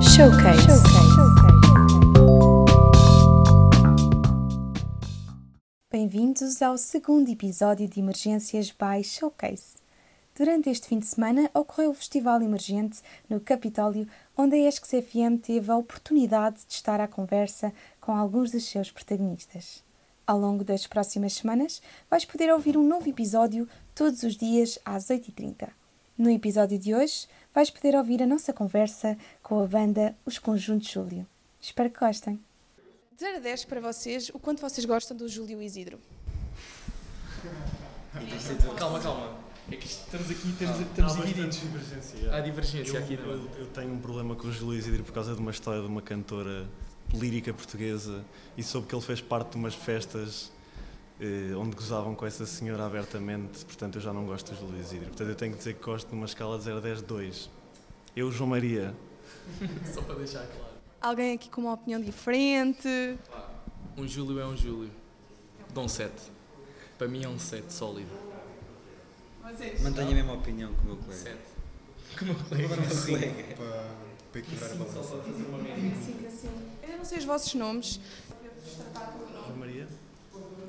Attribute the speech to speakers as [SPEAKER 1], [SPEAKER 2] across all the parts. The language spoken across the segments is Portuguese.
[SPEAKER 1] Showcase. Bem-vindos ao segundo episódio de Emergências by Showcase. Durante este fim de semana ocorreu o Festival Emergente no Capitólio, onde a ESC-CFM teve a oportunidade de estar à conversa com alguns dos seus protagonistas. Ao longo das próximas semanas, vais poder ouvir um novo episódio todos os dias às 8h30. No episódio de hoje, vais poder ouvir a nossa conversa com a banda Os Conjuntos Júlio. Espero que gostem.
[SPEAKER 2] De 0 a 10 para vocês, o quanto vocês gostam do Júlio Isidro?
[SPEAKER 3] Calma, calma. É que estamos aqui, estamos, estamos divididos. Há divergência
[SPEAKER 4] Eu,
[SPEAKER 3] aqui, não é?
[SPEAKER 4] eu- eu tenho um problema com o Júlio Isidro por causa de uma história de uma cantora lírica portuguesa e soube que ele fez parte de umas festas eh, onde gozavam com essa senhora abertamente, portanto eu já não gosto do Júlio Isidro. Portanto eu tenho que dizer que gosto de uma escala de 0 a 10, 2. Eu, João Maria,
[SPEAKER 3] Só para deixar claro.
[SPEAKER 2] Alguém aqui com uma opinião diferente?
[SPEAKER 3] Um Júlio é um Júlio. Dou um 7. Para mim é um 7 sólido.
[SPEAKER 5] Mantenho a mesma opinião que o meu colega.
[SPEAKER 3] 7. Que meu colega.
[SPEAKER 5] colega.
[SPEAKER 6] para equilibrar a balança.
[SPEAKER 2] Eu não sei os vossos nomes.
[SPEAKER 4] João Maria,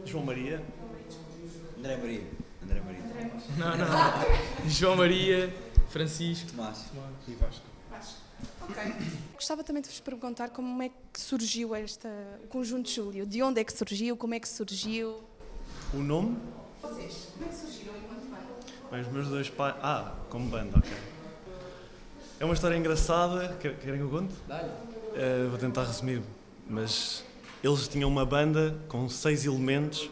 [SPEAKER 4] João Maria,
[SPEAKER 5] André Maria. André Maria.
[SPEAKER 3] Não, não. João Maria, Francisco.
[SPEAKER 5] Tomás.
[SPEAKER 6] E Vasco.
[SPEAKER 2] Gostava também de vos perguntar como é que surgiu esta, o Conjunto Júlio. De onde é que surgiu? Como é que surgiu?
[SPEAKER 4] o nome? Vocês, como é que surgiram enquanto banda? Bem, os meus dois pais. Ah, como banda, ok. É uma história engraçada, quer- querem que eu conte? Eh, vou tentar resumir, mas eles tinham uma banda com seis elementos,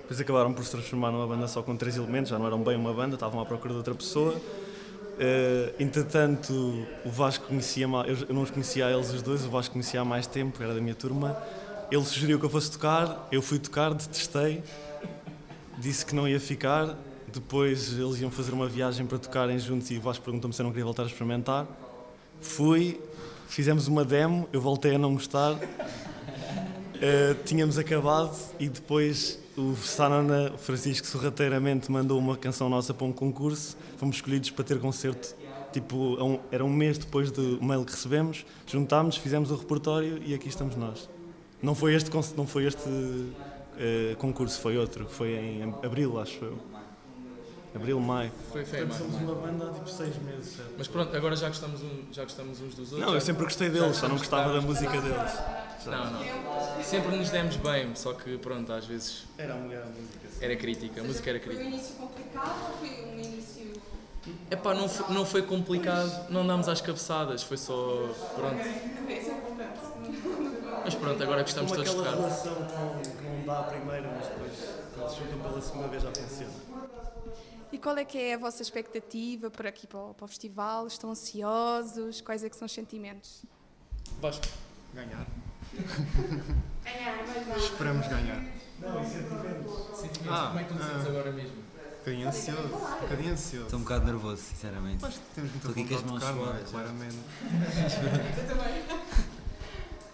[SPEAKER 4] depois acabaram por se transformar numa banda só com três elementos, já não eram bem uma banda, estavam à procura de outra pessoa. Eh, entretanto, o Vasco conhecia, ma- eu eu não os conhecia a eles os dois, o Vasco conhecia há mais tempo, era da minha turma. Ele sugeriu que eu fosse tocar, eu fui tocar, detestei, disse que não ia ficar. Depois eles iam fazer uma viagem para tocarem juntos e o Vasco perguntou-me se eu não queria voltar a experimentar. Fui, fizemos uma demo, eu voltei a não gostar. Eh, tínhamos acabado e depois o Sanana o Francisco sorrateiramente mandou uma canção nossa para um concurso. Fomos escolhidos para ter concerto. Tipo, a um- era um mês depois do mail que recebemos, juntámos, fizemos o repertório e aqui estamos nós. Não foi este, conce- não foi este eh, concurso, foi outro, foi em ab- abril, acho eu. Abril, maio.
[SPEAKER 3] Foi feio, mano.
[SPEAKER 4] uma banda há tipo seis meses, certo?
[SPEAKER 3] Mas pronto, agora já gostamos, um- já gostamos uns dos outros.
[SPEAKER 4] Não, eu
[SPEAKER 3] já-
[SPEAKER 4] sempre gostei deles, só não gostava da música deles.
[SPEAKER 3] Não, não. Sempre nos demos bem, só que pronto, às vezes
[SPEAKER 4] Era a mulher a música.
[SPEAKER 3] era crítica. A música era crítica.
[SPEAKER 2] um início complicado ou foi um início...
[SPEAKER 3] Epá, não foi, não foi complicado, não andámos às cabeçadas, foi só. Pronto. Mas pronto, agora gostamos todos de tocar.
[SPEAKER 4] relação que não dá à primeira, mas depois quando se juntam pela segunda vez já funciona.
[SPEAKER 2] E qual é que é a vossa expectativa para aqui para o, para o festival? Estão ansiosos? Quais é que são os sentimentos?
[SPEAKER 3] Vasco.
[SPEAKER 6] Ganhar. Esperamos ganhar.
[SPEAKER 3] Sentimentos,
[SPEAKER 6] Ah,
[SPEAKER 3] como é que tu te sentes
[SPEAKER 6] ah.
[SPEAKER 3] agora mesmo?
[SPEAKER 6] Um bocadinho ansioso. Um bocadinho ansioso.
[SPEAKER 5] Estou um bocado nervoso, sinceramente.
[SPEAKER 6] Acho que temos muita
[SPEAKER 5] Estou aqui com as
[SPEAKER 6] vontade de
[SPEAKER 5] mãos
[SPEAKER 6] tocar, não é?
[SPEAKER 5] suadas, já.
[SPEAKER 6] Claramente.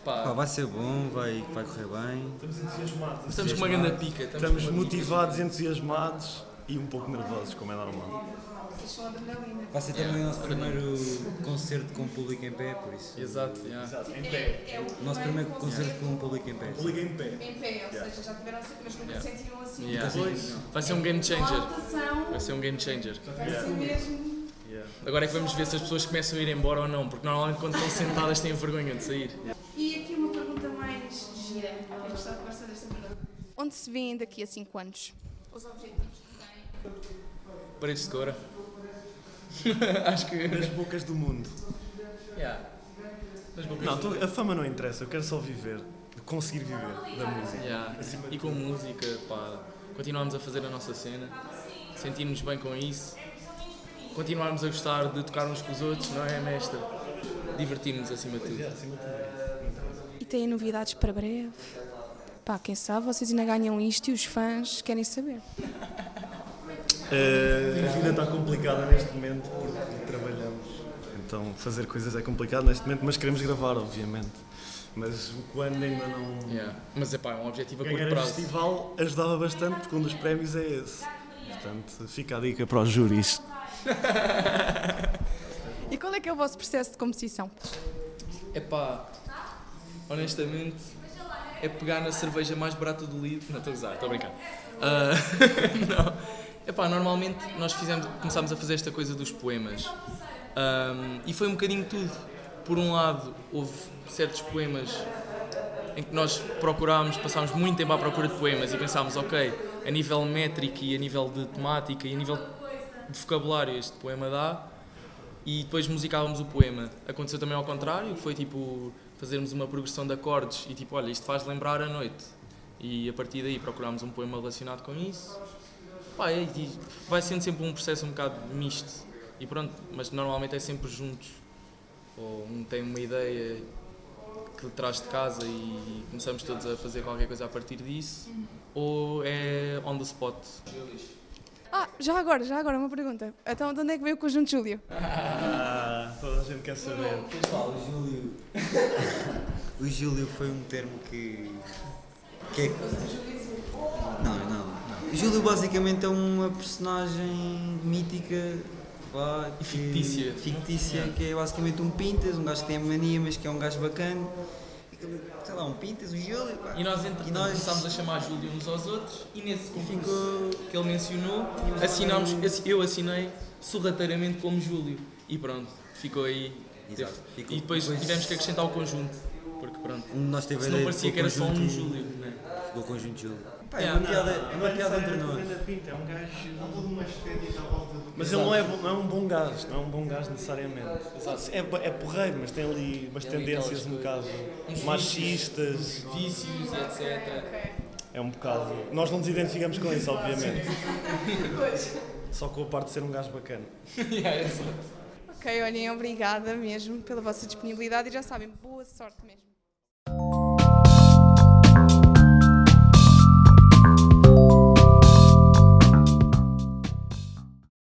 [SPEAKER 5] Pá,
[SPEAKER 3] Pá,
[SPEAKER 5] vai ser bom, vai, vai correr bem.
[SPEAKER 4] Estamos entusiasmados.
[SPEAKER 3] estamos com uma grande pica.
[SPEAKER 4] Estamos
[SPEAKER 3] com uma pica.
[SPEAKER 4] motivados, entusiasmados e um pouco nervosos, como é normal.
[SPEAKER 5] Vai ser também o nosso primeiro concerto com o público em pé, por isso.
[SPEAKER 3] Exato, yeah.
[SPEAKER 4] Exato, em pé.
[SPEAKER 2] É
[SPEAKER 5] O nosso primeiro concerto com o público em pé.
[SPEAKER 4] Liga em pé.
[SPEAKER 2] Em pé, ou
[SPEAKER 4] Yeah.
[SPEAKER 2] seja, já tiveram sempre, mas nunca
[SPEAKER 3] Yeah.
[SPEAKER 2] sentiram assim.
[SPEAKER 3] Yeah.
[SPEAKER 4] Então, Pois.
[SPEAKER 3] Vai ser um game changer.
[SPEAKER 2] alteração,
[SPEAKER 3] Vai ser um game changer.
[SPEAKER 2] vai ser mesmo...
[SPEAKER 4] Yeah.
[SPEAKER 3] Agora é que vamos ver se as pessoas começam a ir embora ou não, porque normalmente quando estão sentadas têm vergonha de sair.
[SPEAKER 2] E aqui uma pergunta mais gira. é Eu gostava de gostar desta pergunta. Onde se vêem daqui a 5 anos? Os objetivos que têm.
[SPEAKER 3] Paredes de cora. Acho que.
[SPEAKER 4] Nas bocas do mundo.
[SPEAKER 3] Yeah. Mas vou
[SPEAKER 4] Não, tu- a fama não interessa, eu quero só viver. Conseguir viver da música.
[SPEAKER 3] Yeah. E com música, pá, continuarmos a fazer a nossa cena, sentirmos bem com isso, continuarmos a gostar de tocar uns com os outros, não é, mestre? Divertirmos acima de tudo.
[SPEAKER 2] E têm novidades para breve? Pá, quem sabe vocês ainda ganham isto e os fãs querem saber.
[SPEAKER 4] Eh, a vida está complicada neste momento porque trabalhamos. Então fazer coisas é complicado neste momento, mas queremos gravar, obviamente. Mas o quando ainda não.
[SPEAKER 3] Yeah. Mas é pá, é um objetivo a curto
[SPEAKER 4] Ganhar o
[SPEAKER 3] prazo.
[SPEAKER 4] festival ajudava bastante, porque um dos prémios é esse. Portanto, fica a dica para os júris.
[SPEAKER 2] E qual é que é o vosso processo de composição?
[SPEAKER 3] É pá, honestamente, é pegar na cerveja mais barata do Lidl. Não, estou a gozar, estou a brincar. Ah, não. É pá, normalmente nós fizemos, começámos a fazer esta coisa dos poemas. Ahm, e foi um bocadinho tudo. Por um lado, houve certos poemas em que nós procurámos, passámos muito tempo à procura de poemas e pensámos, ok, a nível métrico e a nível de temática e a nível de vocabulário este poema dá, e depois musicávamos o poema. Aconteceu também ao contrário, que foi tipo fazermos uma progressão de acordes e tipo, olha, isto faz lembrar a noite. E a partir daí procurámos um poema relacionado com isso. Pá, é, e vai sendo sempre um processo um bocado misto. E pronto, mas normalmente é sempre juntos. Ou um tem uma ideia que traz de casa e começamos todos a fazer qualquer coisa a partir disso. Ou é on the spot.
[SPEAKER 2] Ah, já agora, já agora, uma pergunta. Então, de onde é que veio o conjunto Júlio?
[SPEAKER 4] Ah, toda a gente quer saber.
[SPEAKER 5] Pessoal, o Júlio. o Júlio foi um termo que. que é. Não, não, não. O Júlio basicamente é uma personagem mítica. Vá, que-
[SPEAKER 3] fictícia.
[SPEAKER 5] Fictícia,
[SPEAKER 3] Yeah.
[SPEAKER 5] que é basicamente um Pintas, um gajo que tem mania, mas que é um gajo bacana. E que, Sei lá, um Pintas, um Júlio. pá.
[SPEAKER 3] E nós, entretanto,
[SPEAKER 5] E nós-
[SPEAKER 3] começámos a chamar Júlio uns aos outros e nesse concurso
[SPEAKER 5] ficou-
[SPEAKER 3] que ele mencionou,
[SPEAKER 5] Tínhamos
[SPEAKER 3] assinámos,
[SPEAKER 5] lá um-
[SPEAKER 3] assi- eu assinei sorrateiramente como Júlio. E pronto, ficou aí.
[SPEAKER 5] Exato,
[SPEAKER 3] Teve-
[SPEAKER 5] ficou.
[SPEAKER 3] E depois,
[SPEAKER 5] Depois-
[SPEAKER 3] tivemos que acrescentar o conjunto, porque pronto,
[SPEAKER 5] Um de nós teve a
[SPEAKER 3] senão
[SPEAKER 5] ideia
[SPEAKER 3] parecia
[SPEAKER 5] do
[SPEAKER 3] que era só um
[SPEAKER 5] conjunto-
[SPEAKER 3] Júlio. Né?
[SPEAKER 5] Do conjunto Júlio. Pá, é
[SPEAKER 3] Yeah.
[SPEAKER 5] uma piada, é uma piada entre nós.
[SPEAKER 4] Pinta, é um
[SPEAKER 6] Há
[SPEAKER 4] gajo.
[SPEAKER 6] toda uma estética à volta do
[SPEAKER 4] Mas ele não é, bom- não é um bom gajo, não é um bom gajo necessariamente. É, ba- é porreiro, mas tem ali umas
[SPEAKER 3] Tem ali
[SPEAKER 4] tendências um
[SPEAKER 3] aquelas
[SPEAKER 4] bocado
[SPEAKER 3] Uns
[SPEAKER 4] machistas.
[SPEAKER 3] Vícios, etc.
[SPEAKER 4] É um bocado. Nós não nos identificamos com isso, obviamente. Só com a parte de ser um gajo bacana.
[SPEAKER 3] Yeah, exato.
[SPEAKER 2] Ok, olhem, obrigada mesmo pela vossa disponibilidade e já sabem, boa sorte mesmo.